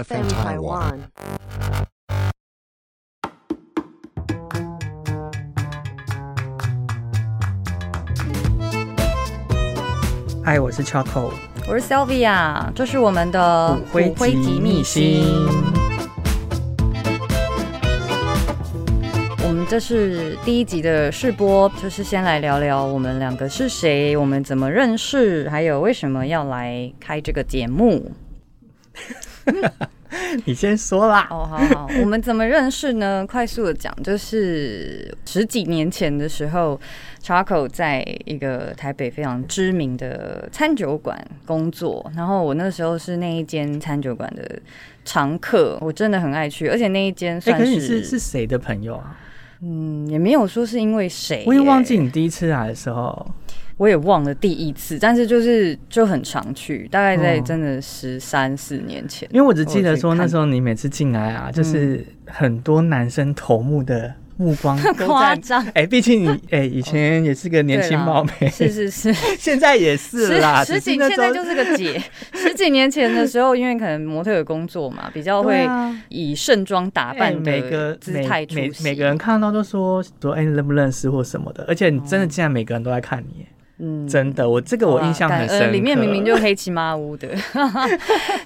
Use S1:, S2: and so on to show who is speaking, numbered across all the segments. S1: FM Taiwan。
S2: 嗨，哎我是 Choco，
S3: 我是 Sylvia，这是我们的
S2: 骨灰级秘辛。
S3: 我们这是第一集的试播，就是先来聊聊我们两个是谁，我们怎么认识，还有为什么要来开这个节目。
S2: 你先说啦。
S3: 哦，好好， 我们怎么认识呢？快速的讲，就是十几年前的时候，Charco 在一个台北非常知名的餐酒馆工作，然后我那时候是那一间餐酒馆的常客，我真的很爱去，而且那一间
S2: 哎、
S3: 算
S2: 可是你
S3: 是、
S2: 是是谁的朋友啊？
S3: 嗯，也没有说是因为谁，
S2: 我也忘记，你第一次来的时候，
S3: 我也忘了第一次，但是就是就很常去，大概在
S2: 嗯
S3: 真的十三四年前，
S2: 因为我只记得说
S3: 我有去
S2: 那
S3: 看
S2: 时候你每次进来
S3: 嗯
S2: 啊，就是很多男生头目的目光都
S3: 夸
S2: 在。
S3: 张，哦
S2: 哎，毕竟你哎、以前也是个年轻貌美，
S3: 是是是。
S2: 现在也是啦。
S3: 十十
S2: 只
S3: 几
S2: 是那
S3: 现
S2: 时候
S3: 在就是个姐。 十几年前的时候，因为可能模特有工作嘛，比较
S2: 对
S3: 会
S2: 啊
S3: 以盛装打
S2: 哎
S3: 扮
S2: 每
S3: 的
S2: 个
S3: 姿态出
S2: 每每
S3: 席。
S2: 每个人看到都说说哎、你认不认识或什么的，而且你真的竟然每个人都在看你，
S3: 嗯
S2: 真的，我这个我印象很
S3: 感
S2: 深
S3: 恩
S2: 刻。
S3: 里面明明就黑漆麻乌的，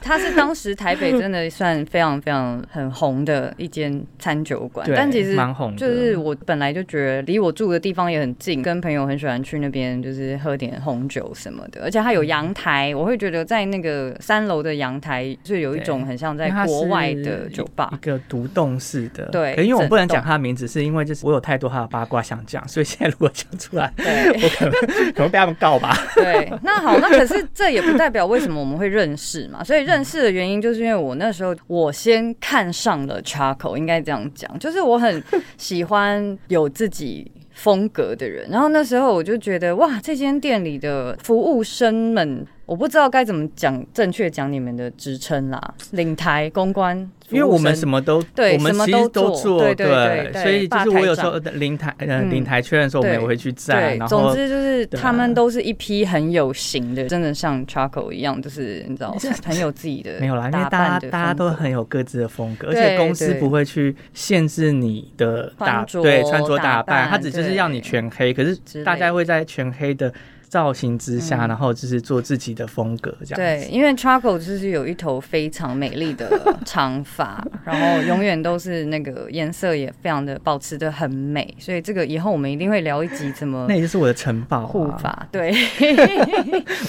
S3: 它是当时台北真的算非常非常很红的一间餐酒馆，
S2: 对
S3: 但其实
S2: 蛮红的
S3: 就是我本来就觉得离我住的地方也很近，跟朋友很喜欢去那边，就是喝点红酒什么的，而且它有阳台，我会觉得在那个三楼的阳台就有一
S2: 对
S3: 种很像在
S2: 因为它
S3: 国
S2: 是
S3: 外的酒吧
S2: 一。个独栋式的。
S3: 对
S2: 可因为我不能
S3: 整
S2: 讲他的名字，是因为就是我有太多他的八卦想讲，所以现在如果讲出来，
S3: 对
S2: 我可能可能被他们告吧。
S3: 对，那好，那可是这也不代表为什么我们会认识嘛。
S2: 嗯
S3: 所以认识的原因就是因为我那时候我先看上了 Charco，应该这样讲，就是我很喜欢有自己。风格的人，然后那时候我就觉得哇，这间店里的服务生们，我不知道该怎么讲，正确讲你们的职称啦，领台、公关，
S2: 因为我们
S3: 么？
S2: 什么都，
S3: 对
S2: 我们
S3: 什么
S2: 其
S3: 都
S2: 实都
S3: 做
S2: 做，
S3: 对对对对
S2: 所以就是我有时候
S3: 吧
S2: 领台呃
S3: 嗯
S2: 领台确认的时候，我们也
S3: 对
S2: 会去站，
S3: 对
S2: 啊然，
S3: 总
S2: 后
S3: 之就是
S2: 对啊
S3: 他们都是一批很有型的，真的像 Charco 一样，就是你知道很有自己的
S2: 没有啦，因为
S3: 打
S2: 大家
S3: 扮的
S2: 大家都
S3: 风格
S2: 很有各自的风格，而
S3: 对
S2: 且公司
S3: 对
S2: 不会去限制你的打
S3: 穿着
S2: 对穿着打
S3: 打扮
S2: 扮，他只就是
S3: 对
S2: 要你全黑，可
S3: 之
S2: 是大
S3: 类
S2: 家
S3: 的嗯
S2: 会在全黑的造型之下，然后就是做自己的风格这样子。
S3: 对，因为 Charco 就是有一头非常美 丽的长发，然后永远都是那个颜色也非常的保持的很美，所以这个以后我们一定会聊一集怎么
S2: 那也就是我的城堡、
S3: 护
S2: 啊，
S3: 发。对，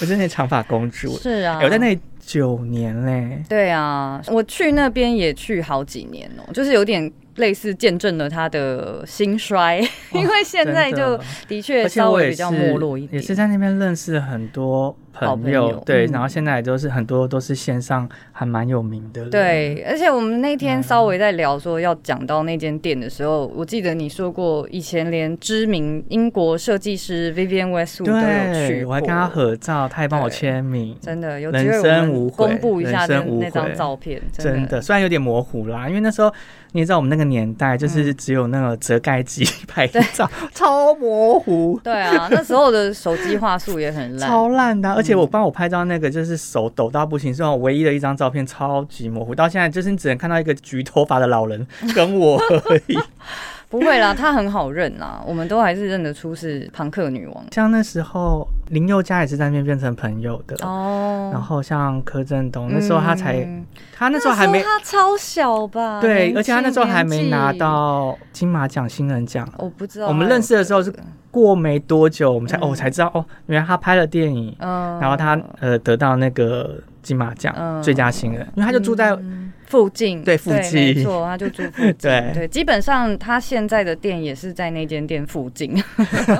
S2: 我真的长发公主，
S3: 是啊
S2: 哎，我在那里九年嘞。
S3: 对啊，我去那边也去好几年哦、就是有点类似见证了他的兴衰，因为现在
S2: 真的
S3: 就的
S2: 而且
S3: 确稍
S2: 我
S3: 微
S2: 也
S3: 比
S2: 是
S3: 较没落一
S2: 也
S3: 点。
S2: 是在那边认识了很多朋友，
S3: 好朋友
S2: 对，
S3: 嗯
S2: 然后现在也都是很多都是线上还蛮有名的人，
S3: 对，而且我们那
S2: 嗯
S3: 天稍微在聊说要讲到那间店的时候，我记得你说过，以前连知名英国设计师 Vivian Westwood 都有去
S2: 对，
S3: 过，
S2: 我还跟他合照，他还帮我签名，
S3: 真的有机
S2: 人
S3: 会我
S2: 生无
S3: 们
S2: 悔
S3: 公布一下
S2: 人
S3: 那
S2: 生无
S3: 那张
S2: 悔
S3: 照片，真
S2: 真的，虽然有点模糊啦，因为那时候你也知道我们那个年代就是
S3: 嗯
S2: 只有那个折盖机 拍照，超模糊。
S3: 对啊，那时候的手机画素也很烂，嗯
S2: 超烂的啊、而且我帮我拍照那个就是手抖到不行，是我唯一的一张照片，超级模糊，到现在就是你只能看到一个橘头发的老 人跟我而已。
S3: 不会啦，她很好认啦，我们都还是认得出是朋克女王
S2: 像那时候林宥嘉也是在那边变成朋友的，
S3: 哦。
S2: 然后像柯震东那时候他才、
S3: 嗯
S2: 他那
S3: 那
S2: 时候还没
S3: 她超小吧？
S2: 对，
S3: 啊年
S2: 而且他那时候
S3: 轻
S2: 还没
S3: 年纪
S2: 拿，到金马奖新人奖。
S3: 我不知道她有。
S2: 我们认识的时候是过没多久，我们才、哦我才知道哦，原来他拍了电影，
S3: 嗯，
S2: 然后他呃得到那个金马奖、
S3: 嗯
S2: 最佳新人，因为他就住在、
S3: 附近，
S2: 对附近。
S3: 没错，他就住附近
S2: 对
S3: 对，基本上他现在的店也是在那间店附 近。
S2: 嗯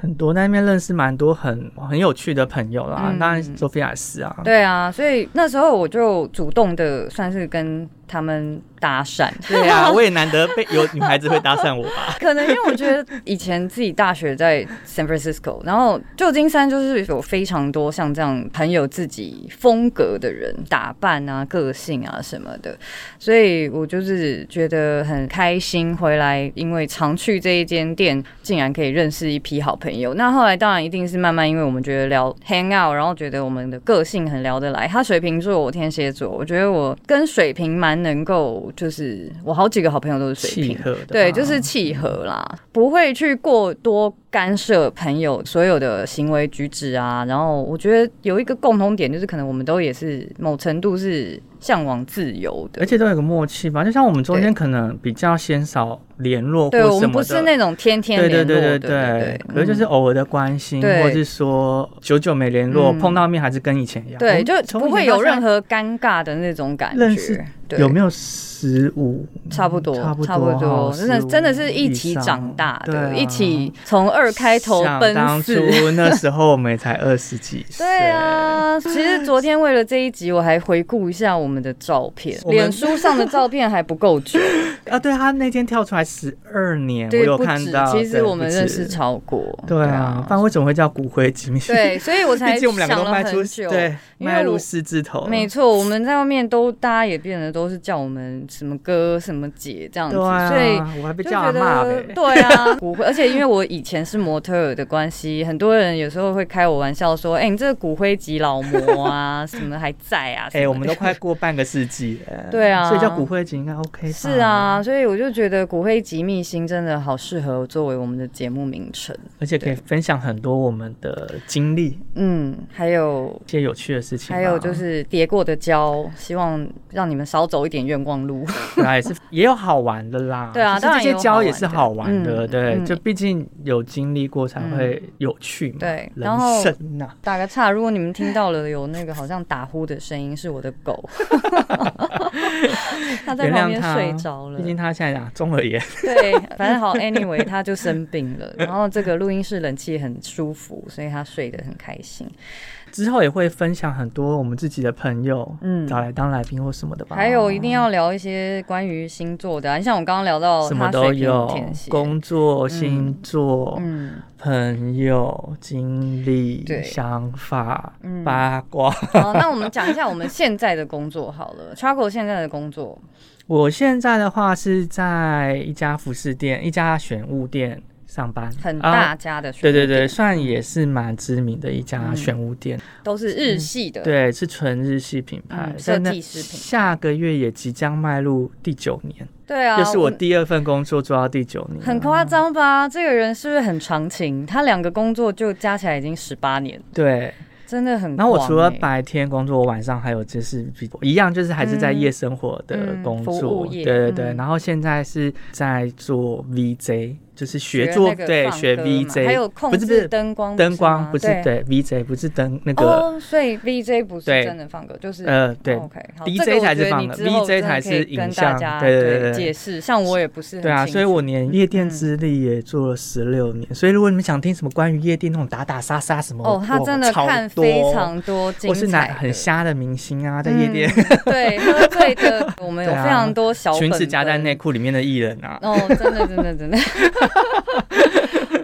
S2: 很多在那边认识蛮多很很有趣的朋友啦，
S3: 嗯
S2: 当然索菲亚是啊，
S3: 对啊，所以那时候我就主动的算是跟他们搭讪。
S2: 对啊，我也难得被有女孩子会搭讪我 吧。
S3: 可能因为我觉得以前自己大学在 San Francisco，然后旧金山就是有非常多像这样很有自己风格的人，打扮啊、个性啊什么的，所以我就是觉得很开心回来，因为常去这一间店，竟然可以认识一批好朋友。那后来当然一定是慢慢，因为我们觉得聊 hang out，然后觉得我们的个性很聊得来。他水瓶座，我天蝎座，我觉得我跟水瓶蛮能够，就是我好几个好朋友都是水
S2: 契
S3: 瓶。
S2: 合的，啊
S3: 对，就是契合啦，不会去过多干涉朋友所有的行为举止啊。然后我觉得有一个共同点，就是可能我们都也是某程度是向往自由的
S2: 而，且都有个默契吧。就像我们中间可能比较鲜少联络或
S3: 对
S2: 什
S3: 我
S2: 么的，
S3: 们不是那种天天
S2: 对
S3: 联
S2: 对
S3: 络的，
S2: 对对
S3: 对
S2: 可是就是
S3: 嗯
S2: 偶尔的关心，
S3: 对
S2: 或是说久久没联络，
S3: 嗯
S2: 碰到面还是跟以前一样。我
S3: 对，
S2: 们
S3: 就
S2: 从
S3: 不
S2: 以
S3: 会
S2: 前
S3: 有
S2: 到
S3: 任
S2: 现
S3: 何尴尬的那种感
S2: 认
S3: 觉
S2: 识。
S3: 对，
S2: 在有没有十五？
S3: 差不多，
S2: 差不
S3: 差不多，
S2: 多，
S3: 真的真的是一起长大的，一起从二开头奔
S2: 啊想当初
S3: 四。
S2: 那时候我们也 才二十几岁，
S3: 对，啊，其实昨天为了这一集，我还回顾一下我们的照片，
S2: 我们
S3: 脸书上的照片还不够 久，
S2: 啊，对他那天跳出来十二年，我
S3: 对，
S2: 有
S3: 不
S2: 看
S3: 止
S2: 到。。
S3: 其
S2: 对
S3: 实我们认识。
S2: 不止
S3: 超过，
S2: 对啊，不然为什么会叫骨灰级？
S3: 对，所以我 才
S2: 毕竟我们两个
S3: 想
S2: 都
S3: 了
S2: 迈出
S3: 很久。
S2: 对
S3: 因为
S2: 迈入
S3: 我
S2: 四字头了，
S3: 没错，我们在外面都大家也变得都是叫我们什么哥什么姐这样子，
S2: 对啊，
S3: 所以
S2: 我还被
S3: 就
S2: 叫阿
S3: 觉
S2: 骂
S3: 得
S2: 呗。
S3: 对啊，骨 灰，而且因为我以前是模特儿的关系，很多人有时候会开我玩笑说：“哎、你这个骨灰级老模啊，什么还在啊？”
S2: 哎、
S3: 什么的
S2: 我们都快过半个世纪 了，
S3: 对啊
S2: 嗯所以叫骨灰级应该 OK 吧
S3: 是啊，，所以我就觉得骨灰级秘辛真的好适合作为我们的节目名称。
S2: 而且可以分享很多我们的经历，
S3: 嗯，还有
S2: 一些有趣的事情吧。
S3: 还有就是叠过的胶，希望让你们少走一点冤枉 路。
S2: 对啊，也是也有好玩的啦。
S3: 对啊
S2: 就是
S3: 当然
S2: 这
S3: 也
S2: 些
S3: 有
S2: 交
S3: 好
S2: 也
S3: 玩
S2: 是
S3: 的
S2: 好玩的，
S3: 嗯
S2: 对，
S3: 嗯
S2: 就毕竟有经历过才会有趣嘛。
S3: 对然
S2: 人
S3: 后
S2: 生啊呐、
S3: 打个岔，如果你们听到了有那个好像打呼的声音，是我的 狗，它在
S2: 原
S3: 旁
S2: 谅
S3: 边
S2: 他，
S3: 睡着了
S2: 毕。竟他现在啊 中耳炎，
S3: 对，反正好，anyway，他就生病了。然后这个录音室冷气很舒服，所以他睡得很开心。
S2: 之后也会分享很多我们自己的朋友，
S3: 嗯
S2: 找来当来宾或什么的吧。
S3: 还有一定要聊一些关于星座的、啊，你像我刚刚聊到
S2: 哦什么
S3: 他
S2: 都
S3: 水瓶
S2: 有
S3: 天，蝎，
S2: 工作、星座、
S3: 嗯，
S2: 朋友、经历
S3: 对、
S2: 想法、
S3: 嗯
S2: 八卦。
S3: 好，那我们讲一下我们现在的工作好了 c h a c o 现在的工作，
S2: 我现在的话是在一家服饰店、一家选物店上班，
S3: 很
S2: 啊
S3: 大家的、
S2: 对对对，，算也是蛮知名的一
S3: 嗯
S2: 家选物店，
S3: 都是日系
S2: 嗯
S3: 的，
S2: 对，是纯日系品牌
S3: 嗯，
S2: 在那
S3: 设计师品牌
S2: 下个月也即将迈入第九年，
S3: 对啊，
S2: 这是我
S3: 们
S2: 第二份工作做到第九年，
S3: 很夸张吧？这个人是不是很长情？他两个工作就加起来已经十八年，
S2: 对。
S3: 真的很狂欸、
S2: 然后我除了白天工作，我晚上还有就是比一样，就是还是在
S3: 嗯
S2: 夜生活的
S3: 嗯
S2: 工
S3: 服
S2: 作，
S3: 务业
S2: 对对对。
S3: 嗯
S2: 然后现在是在做 VJ，就是学做
S3: 那个
S2: 对
S3: 放
S2: 学
S3: 歌嘛
S2: VJ，
S3: 还有控
S2: 不是不
S3: 制
S2: 是
S3: 灯光，
S2: 灯光，不
S3: 不
S2: 是
S3: 吗。
S2: 对 VJ，不是灯那个
S3: 哦，所以 VJ 不是
S2: 对
S3: 真的放歌，就是
S2: 呃对
S3: 哦 OK，好
S2: DJ
S3: 这个我
S2: 才是
S3: 觉得
S2: 放
S3: 你
S2: 的
S3: 之后
S2: VJ
S3: 真的
S2: 才
S3: 可
S2: 是
S3: 以
S2: 影
S3: 跟
S2: 像
S3: 大家
S2: 对对对对
S3: 解释。像我也不是很
S2: 对啊，
S3: 清
S2: 所以
S3: 楚
S2: 我连夜店之力也做了十六年、所以如果你们想听什么关于夜店那种打打杀杀什么，
S3: 哦，他
S2: 我
S3: 真的
S2: 超
S3: 看
S2: 多
S3: 非常多精
S2: 我是哪
S3: 彩的，
S2: 很瞎的明星啊，在夜店、
S3: 嗯对喝醉的，我们有
S2: 对啊
S3: 非常多小
S2: 裙子
S3: 本
S2: 夹在
S3: 本
S2: 内裤里面的艺人啊，
S3: 哦，真的，真的， 真的。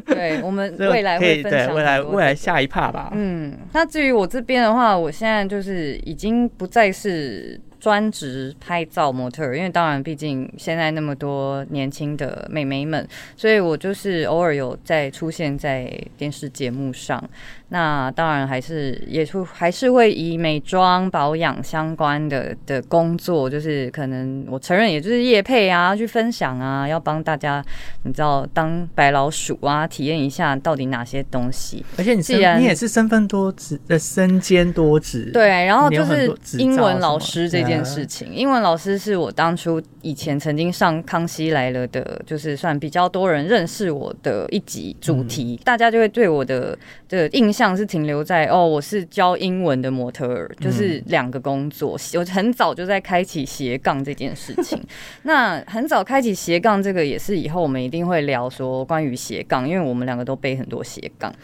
S3: 对，我们
S2: 这个
S3: 未来
S2: 可以
S3: 会分
S2: 对
S3: 享
S2: 未来
S3: 很多
S2: 未来
S3: 这个
S2: 下一趴吧。
S3: 嗯，那至于我这边的话，我现在就是已经不再是专职拍照模特儿，因为当然，毕竟现在那么多年轻的妹妹们，所以我就是偶尔有在出现在电视节目上。那当然还是也是还是会以美妆保养相关的的工作，就是可能我承认，也就是业配啊，去分享啊，要帮大家，你知道当白老鼠啊，体验一下到底哪些东西。
S2: 而且你
S3: 既然
S2: 身你也是身份多职呃身兼多职，
S3: 对，然后
S2: 你
S3: 就
S2: 有很
S3: 是
S2: 多执
S3: 英
S2: 照
S3: 文
S2: 什
S3: 老
S2: 么嗯
S3: 师这件事情，英文老师是我当初以前曾经上《康熙来了》的，
S2: 嗯
S3: 就是算比较多人认识我的一集主题，大家就会对我的的印象是停留在哦，我是教英文的模特儿，
S2: 嗯
S3: 就是两个工作。我很早就在开启斜杠这件事 情。那很早开启斜杠这个，也是以后我们一定会聊说关于斜杠，因为我们两个都背很多斜杠。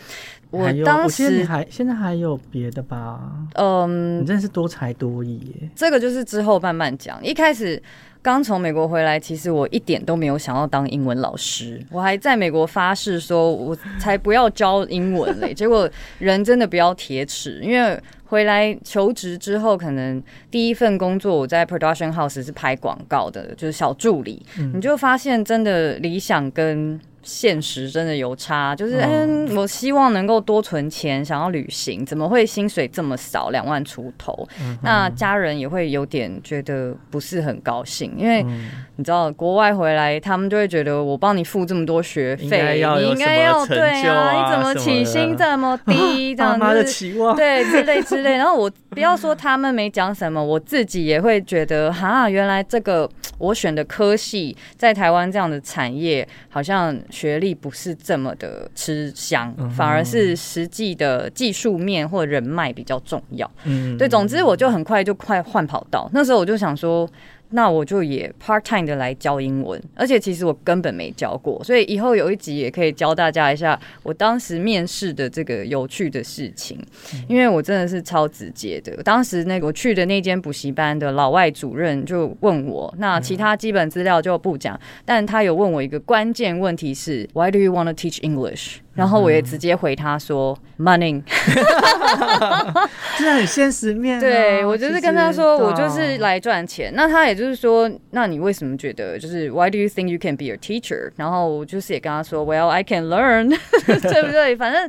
S3: 我
S2: 还有，
S3: 当
S2: 我记得你
S3: 时，
S2: 还现在还有别的吧？
S3: 嗯，
S2: 你真的是多才多艺耶。
S3: 这个就是之后慢慢讲。一开始刚从美国回来，其实我一点都没有想要当英文老师，我还在美国发誓说，我才不要教英文嘞。 结果人真的不要铁齿，因为。回来求职之后，可能第一份工作我在 production house 是拍广告的，就是小助理。你就发现真的理想跟现实真的有差，就是嗯
S2: 嗯
S3: 我希望能够多存钱，想要旅行，怎么会薪水这么少，两万出头？那
S2: 嗯
S3: 家人也会有点觉得不是很高兴，因为
S2: 嗯，
S3: 你知道国外回来，他们就会觉得我帮你付这么多学
S2: 应
S3: 费，
S2: 该要
S3: 你
S2: 有
S3: 应
S2: 什
S3: 该
S2: 么
S3: 要
S2: 成
S3: 对
S2: 就
S3: 啊，
S2: 啊
S3: 你怎么
S2: 什么
S3: 起薪
S2: 的
S3: 这么低？这
S2: 爸
S3: 样
S2: 妈
S3: 就
S2: 的
S3: 是
S2: 期望，
S3: 对之类之类。然后我不要说他们没讲什么，我自己也会觉得，哈，原来这个我选的科系在台湾这样的产业，好像学历不是这么的吃香，
S2: 嗯哼
S3: 反而是实际的技术面或人脉比较重要。
S2: 嗯，
S3: 对，总之我就很快就快换跑道。那时候我就想说，那我就也 part time 的来教英文，而且其实我根本没教过，所以以后有一集也可以教大家一下我当时面试的这个有趣的事情，
S2: 嗯
S3: 因为我真的是超直接的。当时那个我去的那间补习班的老外主任就问我，那其
S2: 嗯
S3: 他基本资料就不讲，但他有问我一个关键问题是 Why do you want to teach English？然后我
S2: 嗯
S3: 也直接回他说 Money。
S2: 这很现实面啊。
S3: 对我就是跟他
S2: 其实
S3: 说，我就是。
S2: 对啊
S3: 来赚钱。那他也就是说，那你为什么觉得就是 Why do you think you can be a teacher？然后我就是也跟他说，Well I can learn，对 不对？反正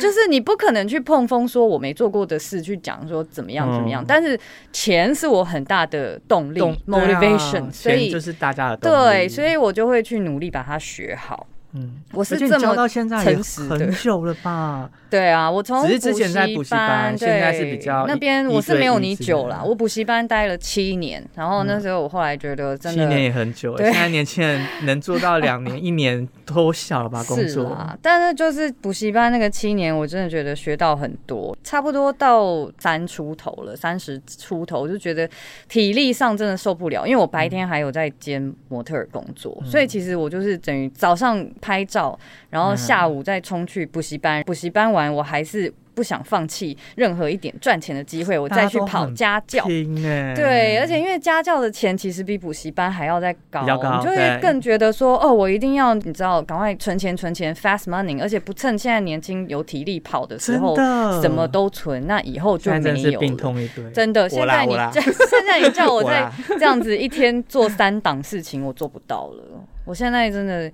S3: 就是你不可能去碰风，说我没做过的事去讲说怎么样怎么样。
S2: 嗯
S3: 但是钱是我很大的动力
S2: 动
S3: motivation，、
S2: 对啊
S3: 所
S2: 钱
S3: 以
S2: 就是大家的动力
S3: 对，所以我就会去努力把它学好。
S2: 嗯，
S3: 我是
S2: 而且你
S3: 这
S2: 教
S3: 么
S2: 到现在也
S3: 诚实的
S2: 很久了吧？
S3: 对啊，我从
S2: 只是之前在补习班现
S3: 对
S2: 在是比较
S3: 那边
S2: 一
S3: 我是没有你
S2: 一对一之类的嗯
S3: 久啦，我补习班待了七年，然后那时候我后来觉得 真
S2: 七
S3: 的
S2: 年也很久了，
S3: 对
S2: 现在年轻人能做到两 年、一年都小了吧？工
S3: 是
S2: 作
S3: 啦，但是就是补习班那个七年，我真的觉得学到很多，差不多到三出头了，三十出头，我就觉得体力上真的受不了，因为我
S2: 嗯
S3: 白天还有在兼模特儿工作，所以其实我就是等于早上拍照，
S2: 嗯
S3: 然后下午再冲去补习班，补习班完我还是。不想放弃任何一点赚钱的机会，我再去
S2: 大家都
S3: 跑
S2: 很
S3: 家教。
S2: 拼哎，
S3: 对，而且因为家教的钱其实比补习班还要再高，
S2: 比较高
S3: 你就会
S2: 对
S3: 更觉得说，哦，我一定要你知道，赶快存钱存钱，fast money，而且不趁现在年轻有体力跑的时
S2: 真
S3: 候，
S2: 的
S3: 什么都存，那以后就
S2: 现在真
S3: 没
S2: 的是
S3: 有
S2: 病
S3: 了。
S2: 痛一堆，
S3: 真的，
S2: 我
S3: 现
S2: 啦
S3: 在你
S2: 我啦
S3: 现在你叫我
S2: 我
S3: 再
S2: 啦
S3: 这样子一天做三档事情，我做不到了。我现在真的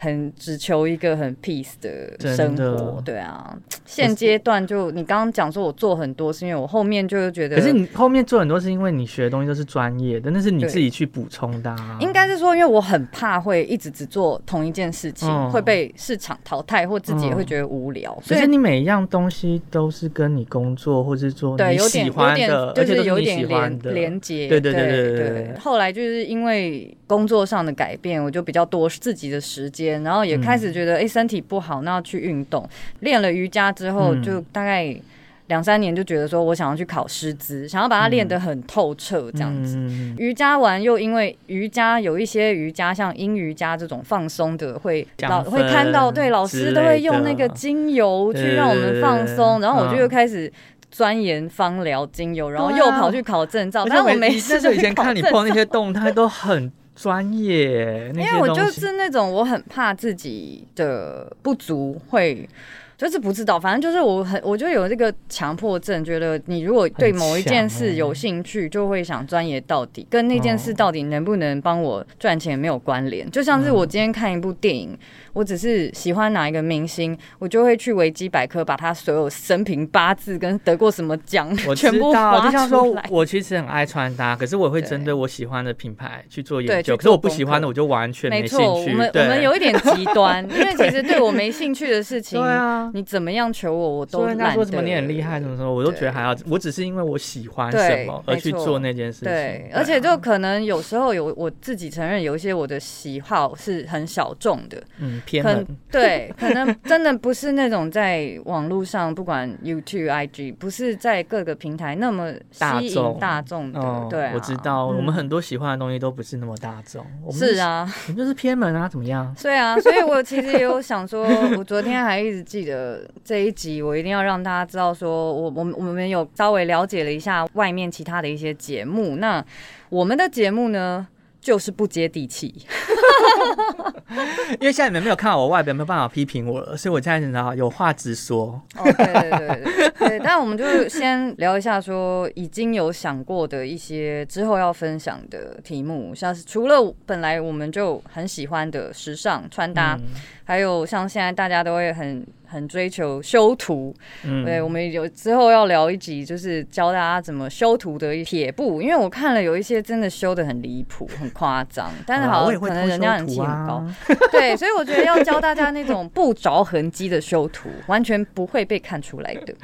S3: 很只求一个很 peace 的生
S2: 真的
S3: 活，对啊。现阶段就你刚刚讲说我做很多，是因为我后面就觉得，
S2: 可是你后面做很多是因为你学的东西都是专业的，那是你
S3: 对
S2: 自己去补充的、啊。
S3: 应该是说，因为我很怕会一直只做同一件事情，
S2: 嗯
S3: 会被市场淘汰，或自己也会觉得无聊。
S2: 可
S3: 所
S2: 是
S3: 以
S2: 你每一样东西都是跟你工作或是做
S3: 对，
S2: 你
S3: 有点
S2: 喜
S3: 有
S2: 欢
S3: 点
S2: 的，
S3: 就
S2: 而且都
S3: 有
S2: 你
S3: 点
S2: 喜欢
S3: 连
S2: 的。
S3: 连接。
S2: 对对对
S3: 对
S2: 对对对对
S3: 后来就是因为工作上的改变，我就比较多自己的时间，然后也开始觉
S2: 嗯
S3: 得，哎、身体不好，那要去运动。练了瑜伽之后，
S2: 嗯
S3: 就大概。两三年就觉得说，我想要去考师资，想要把它练得很透彻，这样子。
S2: 嗯，
S3: 瑜伽完又因为瑜伽有一些瑜伽像阴瑜伽这种放松的，会
S2: 香
S3: 老
S2: 氛
S3: 会看到对老
S2: 之
S3: 师
S2: 类
S3: 都
S2: 的
S3: 会用那个精油去让我们放松，
S2: 对对对对
S3: 然后我就又
S2: 嗯
S3: 开始。钻研芳疗精油，然后
S2: 对
S3: 又
S2: 啊
S3: 跑去考证照，
S2: 而且
S3: 但我
S2: 每
S3: 每
S2: 那
S3: 次
S2: 时候
S3: 就
S2: 以前看你
S3: 碰，
S2: 碰那些动态都很专业，因
S3: 因为我就是那种我很怕自己的不足会。就是不知道，反正就是我很，我就有这个强迫症，觉得你如果对某一件
S2: 很
S3: 事
S2: 强欸
S3: 有兴趣，就会想钻研到底，跟那件事到底能不能帮我赚钱没有关联。就像是我今天看一部电影，我只是喜欢哪一个明星，我就会去维基百科把他所有生平八字跟得过什么奖
S2: 我知
S3: 全部
S2: 道，
S3: 划
S2: 就像
S3: 出
S2: 说
S3: 来，。
S2: 我其实很爱穿搭，可是我会
S3: 对
S2: 针对我喜欢的品牌去做
S3: 对
S2: 研究，
S3: 去
S2: 可是我
S3: 做
S2: 不
S3: 功
S2: 喜欢
S3: 课
S2: 的我就完全
S3: 没
S2: 兴
S3: 错，我
S2: 趣。
S3: 们我
S2: 对
S3: 们有一点极端，因为其实对我没兴趣的事情
S2: 对，啊，啊。
S3: 你怎么样求我，我都
S2: 说人家
S3: 懒
S2: 说
S3: 得。
S2: 什么你很厉害什么什么，我都觉得还好。我只是因为我喜欢什
S3: 对
S2: 么而去
S3: 没错
S2: 做那件事情。
S3: 对，
S2: 啊
S3: 而且就可能有时候有我自己承认，有一些我的喜好是很小众的，
S2: 嗯偏
S3: 可
S2: 门
S3: 能，对，可能真的不是那种在网络上，不管 YouTube、IG，不是在各个平台那么
S2: 大
S3: 吸
S2: 众
S3: 引大众的。
S2: 哦，
S3: 对、啊，
S2: 我知道，我们
S3: 嗯
S2: 很多喜欢的东西都不是那么大众。我们
S3: 是，啊，
S2: 我们就是偏门啊，怎么 样？
S3: 对啊，所以我其实也有想说，我昨天还一直记得这一集，我一定要让大家知道说，我我们我们有稍微了解了一下外面其他的一些节目，那我们的节目呢？就是不接地气，
S2: 因为现在你们没有看到我外表，没有办法批评我了，所以我现在只能有话直说。
S3: 哦，对对对对 对，对但我们就先聊一下说已经有想过的一些之后要分享的题目，像是除了本来我们就很喜欢的时尚穿搭，
S2: 嗯
S3: 还有像现在大家都会很很追求修图，
S2: 嗯
S3: 对，我们有之后要聊一集，就是教大家怎么修图的一撇步，因为我看了有一些真的修的很离谱、很夸张，但是
S2: 好啦
S3: 好
S2: 啊我也
S3: 像
S2: 会
S3: 可
S2: 偷
S3: 能人
S2: 修
S3: 家人气
S2: 图
S3: 很高，
S2: 啊。
S3: 对，所以我觉得要教大家那种不着痕迹的修图，完全不会被看出来的。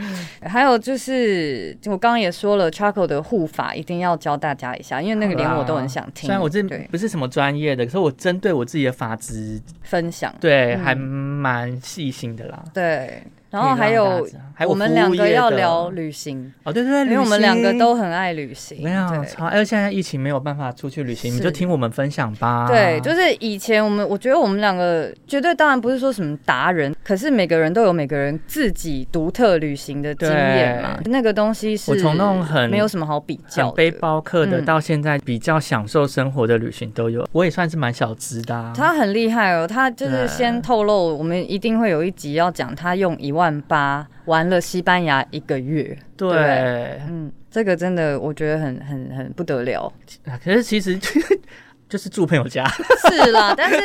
S3: 还有就是我刚刚也说了，Charco 的护法一定要教大家一下，因为那个连我都很想听。
S2: 啊虽然我这
S3: 对
S2: 不是什么专业的，可是我针对我自己的发质，
S3: 分享，
S2: 对，
S3: 嗯
S2: 还蛮细心的啦。
S3: 对，然后
S2: 可以让
S3: 还
S2: 大
S3: 有
S2: 家还有
S3: 我们
S2: 服务
S3: 两个
S2: 业
S3: 要
S2: 的
S3: 聊旅行。
S2: 哦，对对对，
S3: 因为我们
S2: 旅
S3: 两
S2: 行
S3: 个都很爱旅行，
S2: 没有
S3: 对
S2: 超，而且现在疫情没有办法出去旅行，你
S3: 是
S2: 就听我们分享吧。
S3: 对，就是以前我们，我觉得我们两个绝对当然不是说什么达人，可是每个人都有每个人自己独特旅行的经验嘛，那个东西是
S2: 我从那种很
S3: 没有什么好比较
S2: 讲
S3: 的。
S2: 背包客的，
S3: 嗯
S2: 到现在比较享受生活的旅行都有，我也算是蛮小资的、啊。
S3: 他很厉害哦，他就是
S2: 对
S3: 先透露，我们一定会有一集要讲他用一万八玩了西班牙一个月，
S2: 对，
S3: 嗯，这个真的我觉得很很很不得了，
S2: 可是其实 就是住朋友家，
S3: 是啦，但是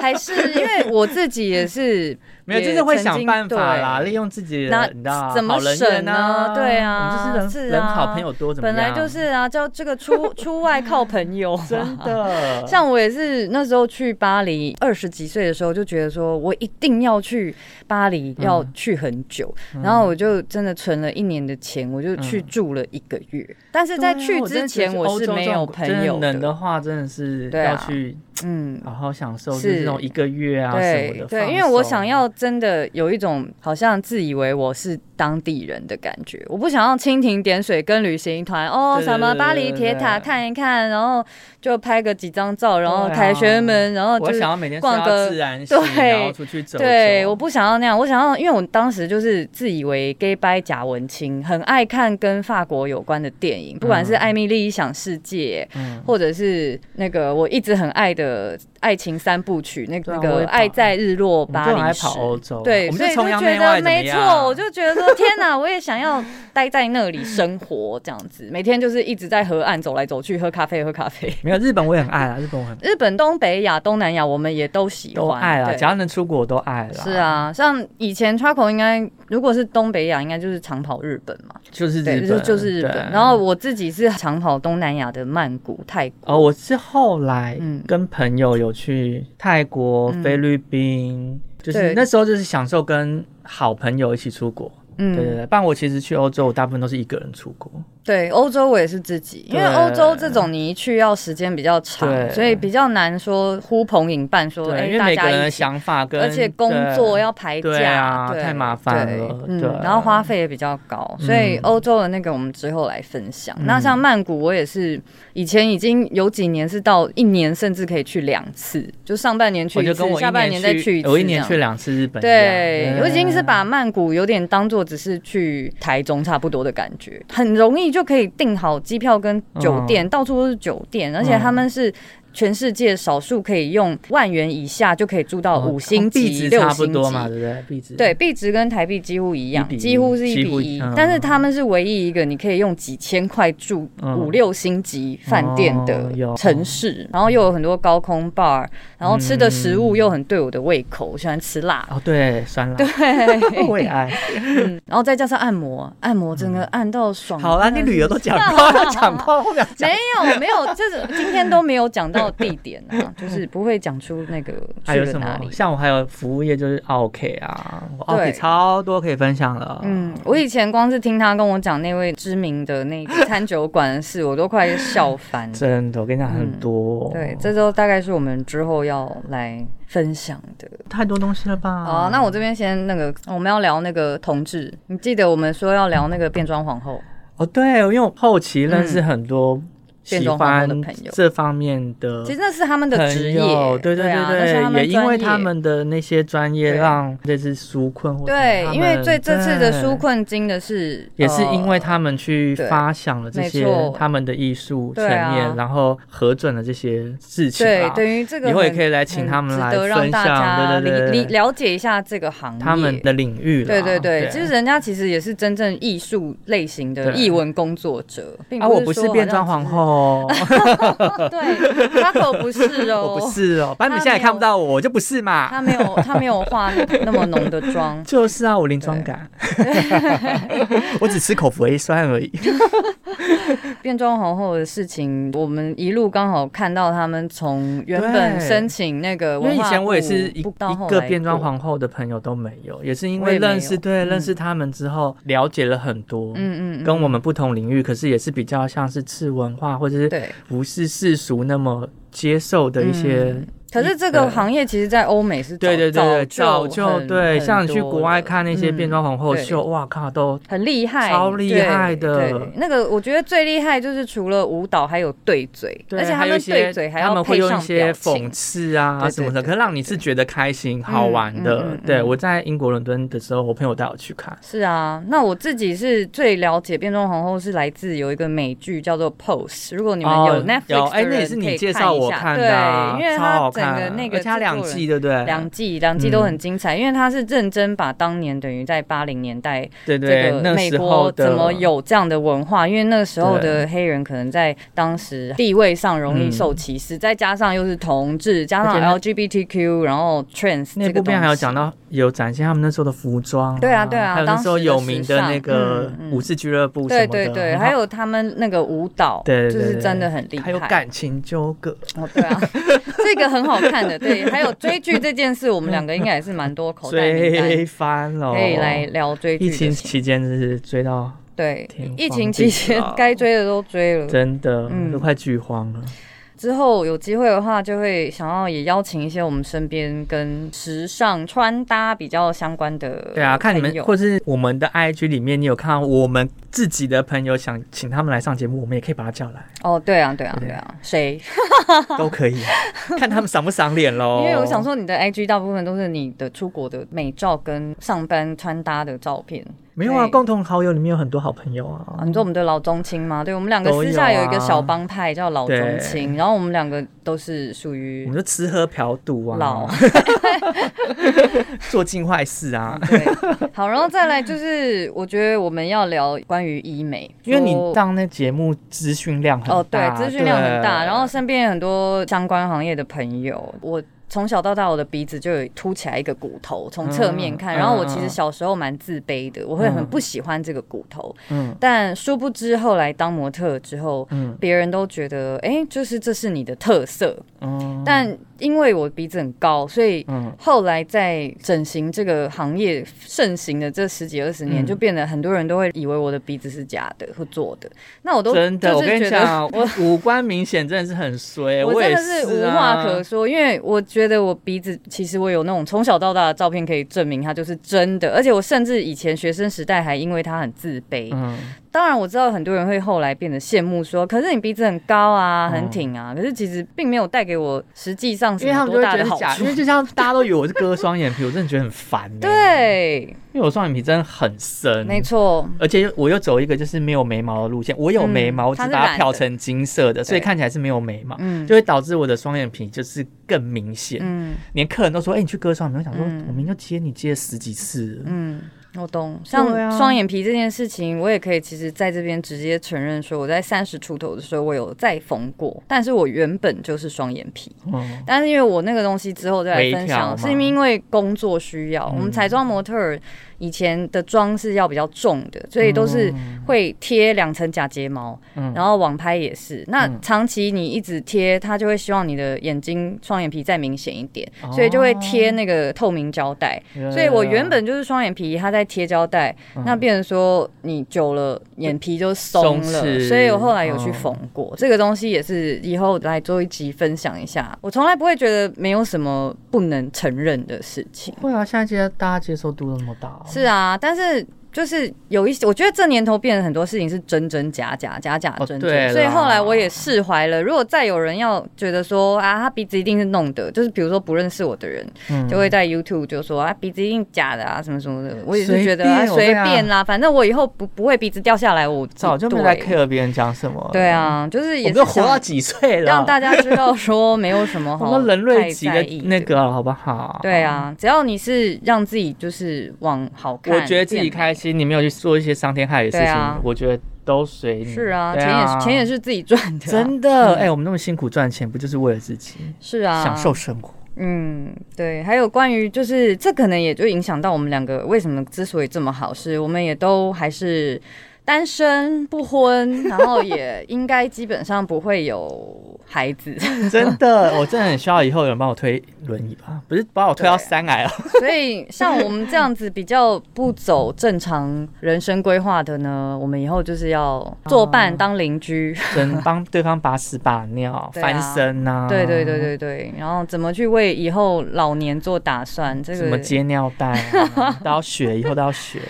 S3: 还是因为我自己也是
S2: 没有，
S3: 也
S2: 就是会
S3: 曾
S2: 想
S3: 经
S2: 办法啦，
S3: 对
S2: 利用自己
S3: 那
S2: 的，你知道
S3: 怎么
S2: 好人
S3: 省
S2: 缘啊，
S3: 呢对啊
S2: 我们就是人
S3: 是
S2: 人好
S3: 啊
S2: 朋友多，怎么
S3: 本
S2: 样？
S3: 来就是啊，叫这个出 出外靠朋友、
S2: 真。的，
S3: 像我也是那时候去巴黎，二十几岁的时候就觉得说，我一定要去巴黎，
S2: 嗯
S3: 要去很久。
S2: 嗯
S3: 然后我就真的存了一年的钱，我就去
S2: 嗯
S3: 住了一个月。但是在
S2: 对啊
S3: 去
S2: 我真
S3: 之
S2: 的觉得
S3: 前，我
S2: 欧
S3: 是
S2: 洲
S3: 没
S2: 这种
S3: 有
S2: 国
S3: 朋
S2: 真的
S3: 友
S2: 能哦的话，真的是
S3: 对
S2: 要
S3: 啊
S2: 去
S3: 嗯，
S2: 好好享受，就是
S3: 是
S2: 这种一个月啊什么
S3: 对
S2: 的。
S3: 对，
S2: 放
S3: 因为我
S2: 松
S3: 想要真的有一种好像自以为我是当地人的感觉，我不想要蜻蜓点水跟旅行团哦，
S2: 对对
S3: 什么
S2: 对
S3: 巴
S2: 对
S3: 黎
S2: 对
S3: 铁
S2: 对啊
S3: 塔看一看，然后就拍个几张照，然后凯旋门，然后
S2: 我
S3: 就是
S2: 想要每天睡
S3: 逛
S2: 到
S3: 个
S2: 自然醒，
S3: 对
S2: 然后出去走走。
S3: 对，我不想要那样，我想要，因为我当时就是自以为 gay 掰假文青，很爱看跟法国有关的电影，不管是
S2: 嗯
S3: 《艾米丽异想世界》
S2: 嗯，
S3: 或者是那个我一直很爱的爱情三部曲，那
S2: 对
S3: 个
S2: 啊
S3: 那
S2: 我也
S3: 个《
S2: 跑
S3: 爱在日落
S2: 我们就
S3: 巴
S2: 很爱
S3: 黎时
S2: 跑》欧洲啊，
S3: 对，
S2: 我们
S3: 所以
S2: 就
S3: 就
S2: 崇洋媚
S3: 觉
S2: 外
S3: 得
S2: 怎么
S3: 没
S2: 样啊
S3: 错，我就觉得说 天哪，我也想要待在那里生活这样子，每天就是一直在河岸走来走去，喝咖啡，喝咖啡。
S2: 没有日本我也很爱啦，啊日本我很
S3: 日本、东北亚、东南亚，我们也都喜
S2: 都
S3: 欢，
S2: 爱啊啦，
S3: 对
S2: 只要能出国我都爱啦。
S3: 是，啊，像以前 Traco 应该如果是东北亚，应该就是长跑日本嘛，
S2: 就是
S3: 对，
S2: 日
S3: 就
S2: 本，
S3: 就是日
S2: 对
S3: 本。然后我自己是长跑东南亚的曼谷、泰国，
S2: 哦，我是后来
S3: 嗯
S2: 跟朋友有去泰国、
S3: 嗯
S2: 菲律宾，就是
S3: 对
S2: 那时候就是享受跟好朋友一起出国。对对
S3: 嗯，
S2: 对，不然我其实去欧洲，我大部分都是一个人出国。
S3: 对，欧洲我也是自己，因为
S2: 对
S3: 欧洲这种你一去要时间比较长
S2: 对，
S3: 所以比较难说呼朋引伴说，
S2: 对，因为
S3: 哎，大
S2: 每个
S3: 家
S2: 人的
S3: 一起。
S2: 想法跟
S3: 而且工作
S2: 对
S3: 要排假，
S2: 对啊
S3: 对
S2: 太麻烦了
S3: 对
S2: 对
S3: 嗯，然后花费也比较高，所以
S2: 嗯
S3: 欧洲的那个我们之后来分享。
S2: 嗯
S3: 那像曼谷，我也是以前已经有几年是到一年，甚至可以去两次，就上半年去
S2: 我
S3: 一
S2: 就跟
S3: 次，
S2: 我
S3: 下半
S2: 一年
S3: 再去一次，
S2: 我一年去。两次日本一样。
S3: 对，我已经是
S2: 嗯
S3: 把曼谷有点当做只是去台中差不多的感觉，很容易就可以订好机票跟酒
S2: 嗯
S3: 店，到处都是酒店，而且他们是全世界少数可以用万元以下就可以住到
S2: 哦
S3: 五星
S2: 壁
S3: 级、
S2: 纸
S3: 六
S2: 差不
S3: 星级
S2: 多嘛，对不对？壁纸
S3: 对，币值跟台币几乎一样
S2: 一比，一
S3: 几乎是一
S2: 几乎
S3: 比
S2: 一
S3: 一
S2: 嗯。
S3: 但是他们是唯一一个你可以用几千块住
S2: 嗯
S3: 五六星级饭店的
S2: 哦有
S3: 城市，然后又有很多高空 bar，然后吃的食
S2: 嗯
S3: 物又很对我的胃口，我喜欢吃辣。
S2: 哦对，酸辣
S3: 对，
S2: 我也 爱。
S3: 嗯然后再加上按摩，按摩整个按到爽。
S2: 好啦，
S3: 真
S2: 你
S3: 嗯的是啊
S2: 旅游都讲过，讲过后面讲
S3: 没有没有，这是今天都没有讲到到地点啊，就是不会讲出那个
S2: 还
S3: 去
S2: 有
S3: 了
S2: 什
S3: 哪里
S2: 么？。像我还有服务业就是 OK 啊我，OK
S3: 对
S2: 超多可以分享了。
S3: 嗯，我以前光是听他跟我讲那位知名的那个餐酒馆的事，我都快笑翻了。
S2: 真的，我哦跟你讲很多，
S3: 嗯对，这都大概是我们之后要来分享的。
S2: 太多东西了吧？
S3: 好、哦那我这边先那个，我们要聊那个同志。你记得我们说要聊那个变装皇后？
S2: 哦，对，因为我后期认识很多
S3: 变
S2: 喜
S3: 装嗯皇后
S2: 欢
S3: 的朋友
S2: 这方面的
S3: 其实那是他们的职
S2: 朋
S3: 业
S2: 友，，对
S3: 对啊，那是
S2: 对
S3: 他，们
S2: 也因为
S3: 专业
S2: 他们的那些专业
S3: 对
S2: 让这次纾困或者
S3: 对
S2: 他，
S3: 因为
S2: 们
S3: 最这次的
S2: 对
S3: 纾困金的是
S2: 也是
S3: 呃
S2: 因为他们去
S3: 对
S2: 发想了这
S3: 没
S2: 些
S3: 错
S2: 他们的艺术层
S3: 对啊
S2: 面，然后核准了这些事情
S3: 对
S2: 啦，
S3: 等于这个
S2: 以后也
S3: 很
S2: 可以来请
S3: 很
S2: 他们来
S3: 值得让
S2: 分
S3: 大
S2: 享，
S3: 家
S2: 对对
S3: 理理
S2: 对，
S3: 了解一下这个行业，
S2: 他们的领域啦，
S3: 对对对，
S2: 对，
S3: 其实人家其实也是真正艺术类型的
S2: 对
S3: 艺文工作者，并
S2: 啊，我
S3: 不
S2: 不
S3: 是
S2: 是
S3: 说
S2: 变装皇后，哦
S3: 好像只是， 对，他可不是哦，
S2: 我不，是啊哦，反正你
S3: 他
S2: 现在也
S3: 没
S2: 看不
S3: 有
S2: 到我，我就不是嘛。，
S3: 他没有他没有化那么浓的妆
S2: 就是啊，我零妆
S3: 对
S2: 感， 我只吃口服 A 酸而已。
S3: 变装皇后的事情，我们一路刚好看到他们从原本
S2: 对
S3: 申请那个
S2: 因
S3: 文化
S2: 为
S3: 部，
S2: 以前我也是一
S3: 不到后
S2: 一
S3: 来
S2: 个变装
S3: 过
S2: 皇后的朋友都没有，也是因
S3: 我
S2: 为
S3: 也没
S2: 认识
S3: 有
S2: 对认
S3: 嗯
S2: 识他们之后，了解了很多。
S3: 嗯嗯嗯，
S2: 跟我们不同领域，可是也是比较像是次文化或者是
S3: 对。
S2: 不是世俗那么接受的一些。
S3: 可是这个行业其实，在欧美是早
S2: 对对对对，早
S3: 就
S2: 就
S3: 很
S2: 对，像你去国外，看那些
S3: 嗯
S2: 变装皇后
S3: 对
S2: 秀，哇靠，都
S3: 嗯很多了很厉害，
S2: 超厉害的
S3: 对对那个我觉得最厉害就是除了舞蹈，还有对嘴，
S2: 对
S3: 而且他
S2: 还有一
S3: 们
S2: 些
S3: 对嘴还
S2: 他
S3: 要
S2: 们会
S3: 配
S2: 用一
S3: 上
S2: 些
S3: 表
S2: 讽
S3: 情。
S2: 刺啊
S3: 对
S2: 什么
S3: 对
S2: 的，
S3: 对
S2: 可是让你是觉得开心好玩
S3: 嗯嗯
S2: 的
S3: 嗯。
S2: 对
S3: 嗯
S2: 我在英国伦敦的时候，我朋友带我去看，
S3: 是啊，那我自己是最了解变装皇后是来自有一个美剧叫做《Pose》，如果你们
S2: 哦
S3: 有 Netflix 的人
S2: 哎，那也是
S3: 可
S2: 你
S3: 以
S2: 介绍
S3: 一
S2: 我
S3: 下
S2: 看的啊，
S3: 对，因为
S2: 超好
S3: 它整
S2: 看啊
S3: 个那
S2: 而
S3: 个
S2: 且它两
S3: 制作人
S2: 季，对不对？
S3: 两季两季都很精彩，因为他是认真把当年等于在八零年代
S2: 对
S3: 这
S2: 对，
S3: 个
S2: 那
S3: 美
S2: 时
S3: 国
S2: 候的
S3: 怎么有这样的文化，因为那时候的黑人可能在当时地位上容易受歧视，再加上又是同志，加
S2: 嗯而且
S3: 上
S2: 那
S3: LGBTQ，然后 trans
S2: 那
S3: 这个
S2: 部
S3: 东
S2: 片
S3: 西
S2: 还有讲到有展现他们那时候的服装、
S3: 对啊对啊
S2: 还有那时候
S3: 当时的
S2: 有名的
S3: 时尚
S2: 那个
S3: 嗯嗯
S2: 武士俱乐部什么
S3: 对
S2: 的，
S3: 对对，
S2: 然后
S3: 还有他们那个舞蹈，
S2: 对对对
S3: 就是真的很厉害。
S2: 还有感情纠葛，
S3: 哦，对 啊，这个很好看的。对，还有追剧这件事，我们两个应该也是蛮多口 袋名单
S2: 追翻了，哦
S3: 可以来。聊追剧
S2: 疫
S3: 的事
S2: 情
S3: 情。
S2: 期间真是追到
S3: 对
S2: 天，
S3: 疫
S2: 荒
S3: 情
S2: 地
S3: 期间
S2: 老
S3: 该追的都追了，
S2: 真的、
S3: 嗯
S2: 都快剧荒了，
S3: 之后有机会的话，就会想要也邀请一些我们身边跟时尚穿搭比较相关的朋友。
S2: 对啊，看你们或是我们的 IG 里面，你有看到我们自己的朋友想请他们来上节目，我们也可以把他叫来，
S3: 哦，对啊，对啊，
S2: 对
S3: 对啊，谁？
S2: 都可以，看他们赏不赏脸喽。
S3: 因为我想，说，你的 IG 大部分都是你的出国的美照跟上班穿搭的照片。
S2: 没有啊，
S3: 对
S2: 共同好友里面有很多好朋友啊
S3: 啊，你说我们的老中青吗？对，我们两个私下
S2: 都有啊
S3: 有一个小帮派叫老中青，然后我们两个都是属
S2: 我
S3: 于
S2: 们就吃喝嫖赌啊，
S3: 老。
S2: 做尽坏事
S3: 嗯
S2: 啊。
S3: 对，好，然后再来就是，我觉得我们要聊关于医美，
S2: 因为你
S3: 说
S2: 当那节目资讯量很大，
S3: 哦，对，资讯量很大，
S2: 对
S3: 然后身边很多相关行业的朋友，我。从小到大，我的鼻子就有凸起来一个骨头，从侧面看。
S2: 嗯
S3: 然后我
S2: 嗯
S3: 其实
S2: 嗯
S3: 小时候蛮自卑的，我会很
S2: 嗯
S3: 不喜欢这个骨头。
S2: 嗯
S3: 但殊不知，后来当模特之后，
S2: 嗯
S3: 别人都觉得，哎、就是这是你的特色。
S2: 嗯，
S3: 但因为我鼻子很高，所以
S2: 嗯
S3: 后来在整形这个行业盛行的这十几二十年，
S2: 嗯
S3: 就变得很多人都会以为我的鼻子是假的或做的。那我都
S2: 真的，
S3: 就
S2: 我跟
S3: 是
S2: 你
S3: 觉得
S2: 讲， 我五官明显真的是很衰，
S3: 我真
S2: 也
S3: 的是无
S2: 啊
S3: 话可说，因为我觉得我鼻子其实我有那种从小到大的照片可以证明它就是真的，而且我甚至以前学生时代还因为它很自卑。
S2: 嗯，
S3: 当然我知道很多人会后来变得羡慕说，可是你鼻子很高啊，
S2: 嗯
S3: 很挺啊，可是其实并没有带给我实际上什
S2: 因为他
S3: 么
S2: 们就
S3: 多
S2: 会
S3: 大
S2: 觉得
S3: 的
S2: 是
S3: 好
S2: 假，嗯
S3: 处
S2: 因。为就像大家都以为我是割双眼皮，我真的觉得很 烦、欸。，
S3: 对，
S2: 因为我双眼皮真的很深，
S3: 没。错，
S2: 而且又我又走一个就是没有眉毛的路线，我有眉毛，
S3: 嗯
S2: 我只
S3: 它是
S2: 把它
S3: 染
S2: 漂
S3: 的
S2: 成金色的，所以
S3: 对
S2: 看起来是没有眉毛，
S3: 嗯
S2: 就会导致我的双眼皮就是更明显。
S3: 嗯
S2: 连客人都说：“哎、你去割双眼皮。”我想说，
S3: 嗯
S2: 我明就接你接了十几次了。
S3: 嗯。我懂，像
S2: 对啊
S3: 双眼皮这件事情，我也可以其实在这边直接承认说，我在三十出头的时候，我有再缝过，但是我原本就是双眼皮，
S2: 嗯，
S3: 但是因为我那个东西之后再来分
S2: 微调
S3: 享，
S2: 吗嗯
S3: 是因为工作需要，我们彩妆模特儿以前的妆是要比较重的，所以都是会贴两层假睫毛，
S2: 嗯
S3: 然后网拍也是。那长期你一直贴，它就会希望你的眼睛双眼皮再明显一点，
S2: 哦
S3: 所以就会贴那个透明胶带。所以我
S2: 啊
S3: 原本就是双眼皮，它在贴胶带，
S2: 嗯
S3: 那变成说你久了眼皮就松
S2: 松弛
S3: 了，所以我后来有去
S2: 嗯
S3: 缝过。这个东西也是以后来做一集分享一下。我从来不会觉得没有什么不能承认的事情。
S2: 会啊，现在接大家接受度那么大、
S3: 是啊，但是就是有一些，我觉得这年头变得很多事情是真真假假，假假真
S2: 哦对
S3: 真，
S2: 啦
S3: 所以后来我也释怀了。如果再有人要觉得说啊，他鼻子一定是弄的，就是比如说不认识我的人，
S2: 嗯
S3: 就会在 YouTube 就说啊，鼻子一定假的啊，什么什么的。我也是觉得
S2: 随便
S3: 啊，
S2: 我
S3: 随
S2: 对啊
S3: 便啦，反正我以后不不会鼻子掉下来，我
S2: 早就没
S3: 对
S2: 来 care 别人讲什么了。
S3: 对，啊，就是
S2: 我
S3: 也
S2: 们
S3: 是
S2: 都活到
S3: 想
S2: 几岁了？
S3: 让大家知 道说没有什么
S2: 我
S3: 好
S2: 们人类级
S3: 太
S2: 的
S3: 在意
S2: 那个好不好？
S3: 对。啊，只要你是让自己就是往好看，
S2: 我觉得自己
S3: 变美
S2: 开心，你没有去做一些伤天害理的事
S3: 对
S2: 情，
S3: 啊
S2: 我觉得都随你。
S3: 是啊，
S2: 对
S3: 钱也是钱也是自己赚的啊、
S2: 真的。哎、我们那么辛苦赚钱，不就是为了自己、
S3: 是啊，
S2: 享受。生活？
S3: 嗯，对。还有关于就是这可能也就影响到我们两个为什么之所以这么好，是我们也都还是单身不婚，然后也应该基本上不会有孩子，
S2: 真的，我真的很需要以后有人帮我推轮椅吧，不是把我推到
S3: 对啊
S2: 三癌哦。
S3: 所以像我们这样子比较不走正常人生规划的呢，我们以后就是要作伴当邻居。
S2: 真帮对方把屎把尿、
S3: 对啊
S2: 翻身呐、
S3: 对对对，对对，然后怎么去为以后老年做打算？这个
S2: 什么接尿袋、 啊、都要学，以后都要学。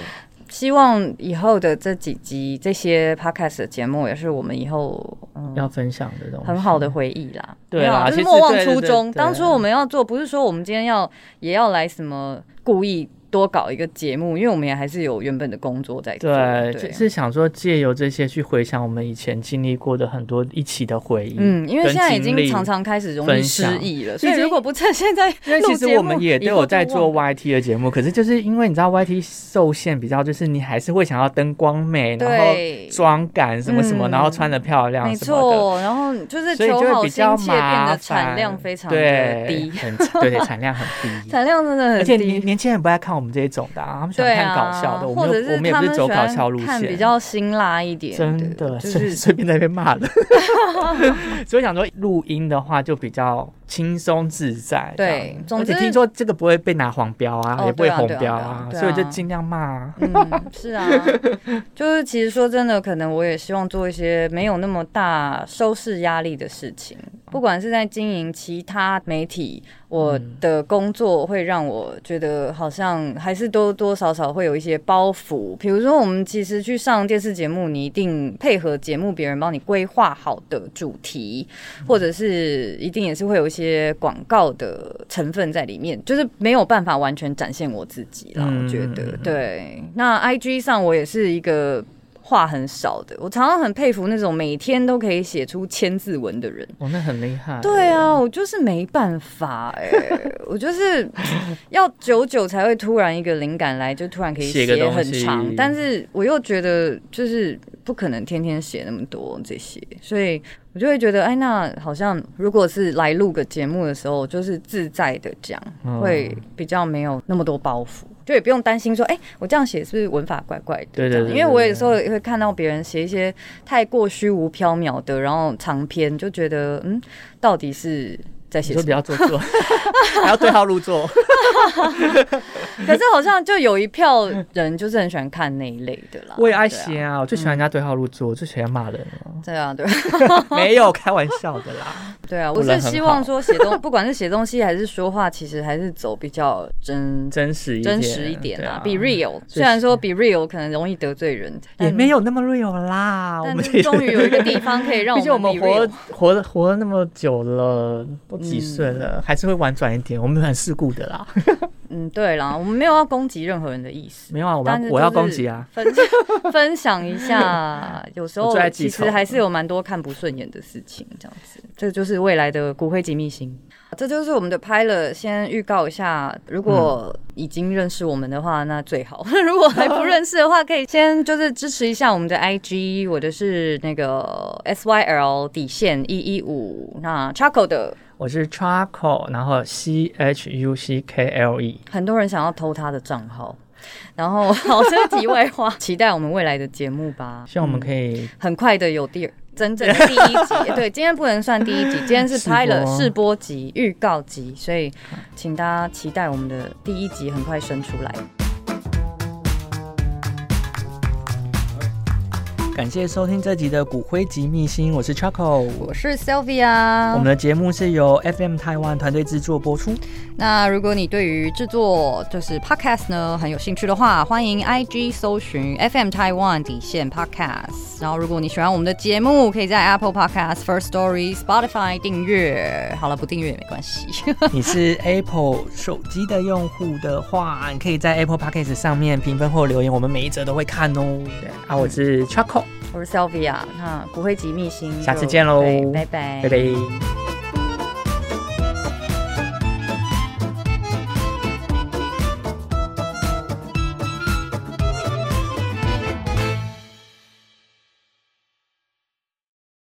S3: 希望以后的这几集这些 podcast 的节目，也是我们以后
S2: 要
S3: 嗯
S2: 分享的东西，
S3: 很好的回忆啦。
S2: 哦对
S3: 没有啊
S2: 啦
S3: 就
S2: 其
S3: 是
S2: 实
S3: 莫忘
S2: 对对
S3: 初
S2: 对
S3: 衷。
S2: 对
S3: 当初我们要做，不是说我们今天要也要来什么故意多搞一个节目，因为我们也还是有原本的工作在做。
S2: 对，
S3: 对啊
S2: 就是想说借由这些去回想我们以前经历过的很多一起的回忆。
S3: 嗯，因为
S2: 跟
S3: 现在已
S2: 经历
S3: 经常常开始容易
S2: 分
S3: 失
S2: 享
S3: 忆了，
S2: 其
S3: 所以
S2: 实
S3: 如果不趁现在
S2: 因为
S3: 录
S2: 其实
S3: 节
S2: 我们
S3: 目
S2: 也
S3: 以
S2: 都
S3: 后
S2: 有
S3: 就
S2: 在
S3: 忘
S2: 做 YT 的节目，可是就是因为你知道 YT 受限比较，就是你还是会想要灯光美，然后
S3: 对
S2: 妆感什么什么，
S3: 嗯
S2: 然后穿的漂亮
S3: 没
S2: 什么的，
S3: 错，然后就是
S2: 所以
S3: 求
S2: 就会
S3: 好
S2: 比
S3: 心
S2: 较
S3: 切变
S2: 麻
S3: 得
S2: 烦，
S3: 产量非常的
S2: 对
S3: 低，
S2: 很对，产量很低。
S3: 产量 真的很低。
S2: 而且年年轻人不爱看我们这一种的、啊，他们喜欢
S3: 对
S2: 看
S3: 啊，
S2: 搞笑的，我
S3: 或
S2: 们
S3: 者
S2: 又我
S3: 是
S2: 们也
S3: 他
S2: 不
S3: 们
S2: 是走
S3: 喜
S2: 搞
S3: 欢
S2: 笑路
S3: 看
S2: 线，
S3: 比较辛辣一点，
S2: 真的
S3: 就
S2: 随
S3: 是
S2: 随便在那边骂 的。 所以想说录音的话就比较轻松自在这样，
S3: 对总
S2: 而且
S3: 之
S2: 听说这个不会被拿黄标啊，
S3: 哦
S2: 也不会
S3: 对啊
S2: 红
S3: 对啊
S2: 标
S3: 对啊
S2: 所以就尽量骂、啊。
S3: 嗯，是 啊，就是其实说真的，可能我也希望做一些没有那么大收视压力的事情，不管是在经营其他媒体，我
S2: 嗯
S3: 的工作会让我觉得好像还是多多少少会有一些包袱。比如说，我们其实去上电视节目，你一定配合节目别人帮你规划好的主题，
S2: 嗯
S3: 或者是一定也是会有一些广告的成分在里面，就是没有办法完全展现我自己啦。
S2: 嗯
S3: 我觉得对。那 IG 上我也是一个。话很少的，我常常很佩服那种每天都可以写出千字文的人。
S2: 哦，那很厉害。
S3: 对，啊，我就是没办法 哎、我就是要久久才会突然一个灵感来，就突然可以
S2: 写个
S3: 写
S2: 东
S3: 很
S2: 西
S3: 长，但是我又觉得就是不可能天天写那么多这些，所以我就会觉得，哎，那好像如果是来录个节目的时候，就是自在的讲，
S2: 嗯
S3: 会比较没有那么多包袱。就也不用担心说，哎、我这样写是不是文法怪怪的？
S2: 对对
S3: 这样
S2: 对对
S3: 因为我有
S2: 对
S3: 时候也会看到别人写一些太过虚无缥缈的，然后长篇，就觉得嗯，到底是在
S2: 你
S3: 写
S2: 说
S3: 什
S2: 比
S3: 么？
S2: 较做 作，还要对号入座。
S3: 可是好像就有一票人就是很喜欢看那一类的 啦。
S2: 我也爱
S3: 对啊嗯
S2: 写啊，我最喜欢人家对号入座，我最喜欢骂人了。
S3: 对啊，对啊，
S2: 没有开玩笑的啦，
S3: 对 啊，
S2: 我
S3: 我
S2: 人
S3: 是
S2: 很
S3: 希望
S2: 好
S3: 说写东， 不管是写东西还是说话，其实还是走比较 真
S2: 真实一点，
S3: 真实一点
S2: 对
S3: 啦
S2: 啊，
S3: 比 real。
S2: 是
S3: 虽然说比 real 可能容易得罪人，
S2: 也
S3: 但
S2: 没有那么 real 啦。我
S3: 但
S2: 们
S3: 就是终于有一个地方可以让
S2: 毕竟我
S3: 我
S2: 们
S3: 们 be
S2: 活
S3: real
S2: 活了活了那么久了，都几岁了，还是会婉转一点。我们很世故的 啦，
S3: 嗯，对啦，我们没有要攻击任何人的意思。
S2: 没有啊，我要
S3: 但是
S2: 我要
S3: 就是
S2: 攻击啊，
S3: 分分享一下，有时
S2: 我
S3: 候
S2: 最爱记
S3: 其
S2: 仇
S3: 实还是有蛮多看不顺眼的事情，这样子，这就是未来的骨灰级秘辛。这就是我们的 pilot，先预告一下，如果已经认识我们的话，那最好； 如果还不认识的话，可以先就是支持一下我们的 IG，我的是那个 SYL 底线一一五，那 Chaco 的
S2: 我是 charcoal，然后 C H U C K L E，
S3: 很多人想要偷他的账号，然后， 好，这是题外话， 期待我们未来的节目吧。
S2: 希望我们可以
S3: 很快的有第二真正的第一 集。对，今天不能算第一集，今天是拍了
S2: 试播
S3: 试播集、预告集，所以请大家期待我们的第一集很快生出来。
S2: 感谢收听这集的《骨灰级秘辛》，我是 Charco。
S3: 我是 Sylvia，
S2: 我们的节目是由 FM 台湾团队制作播 出，
S3: 那如果你对于制作就是 podcast 呢很有兴趣的话，欢迎 IG 搜寻 FM Taiwan 底线 podcast。然后，如果你喜欢我们的节目，可以在 Apple Podcast、First Story、Spotify 订阅。好了，不订阅也没关 系。
S2: 你是 Apple 手机的用户的话，你可以在 Apple Podcast 上面评分或留言，我们每一则都会看哦。对啊，我是 Charco，
S3: 我是 Sylvia，那骨灰级秘辛就，
S2: 下次见喽
S3: 对拜拜，
S2: 拜拜。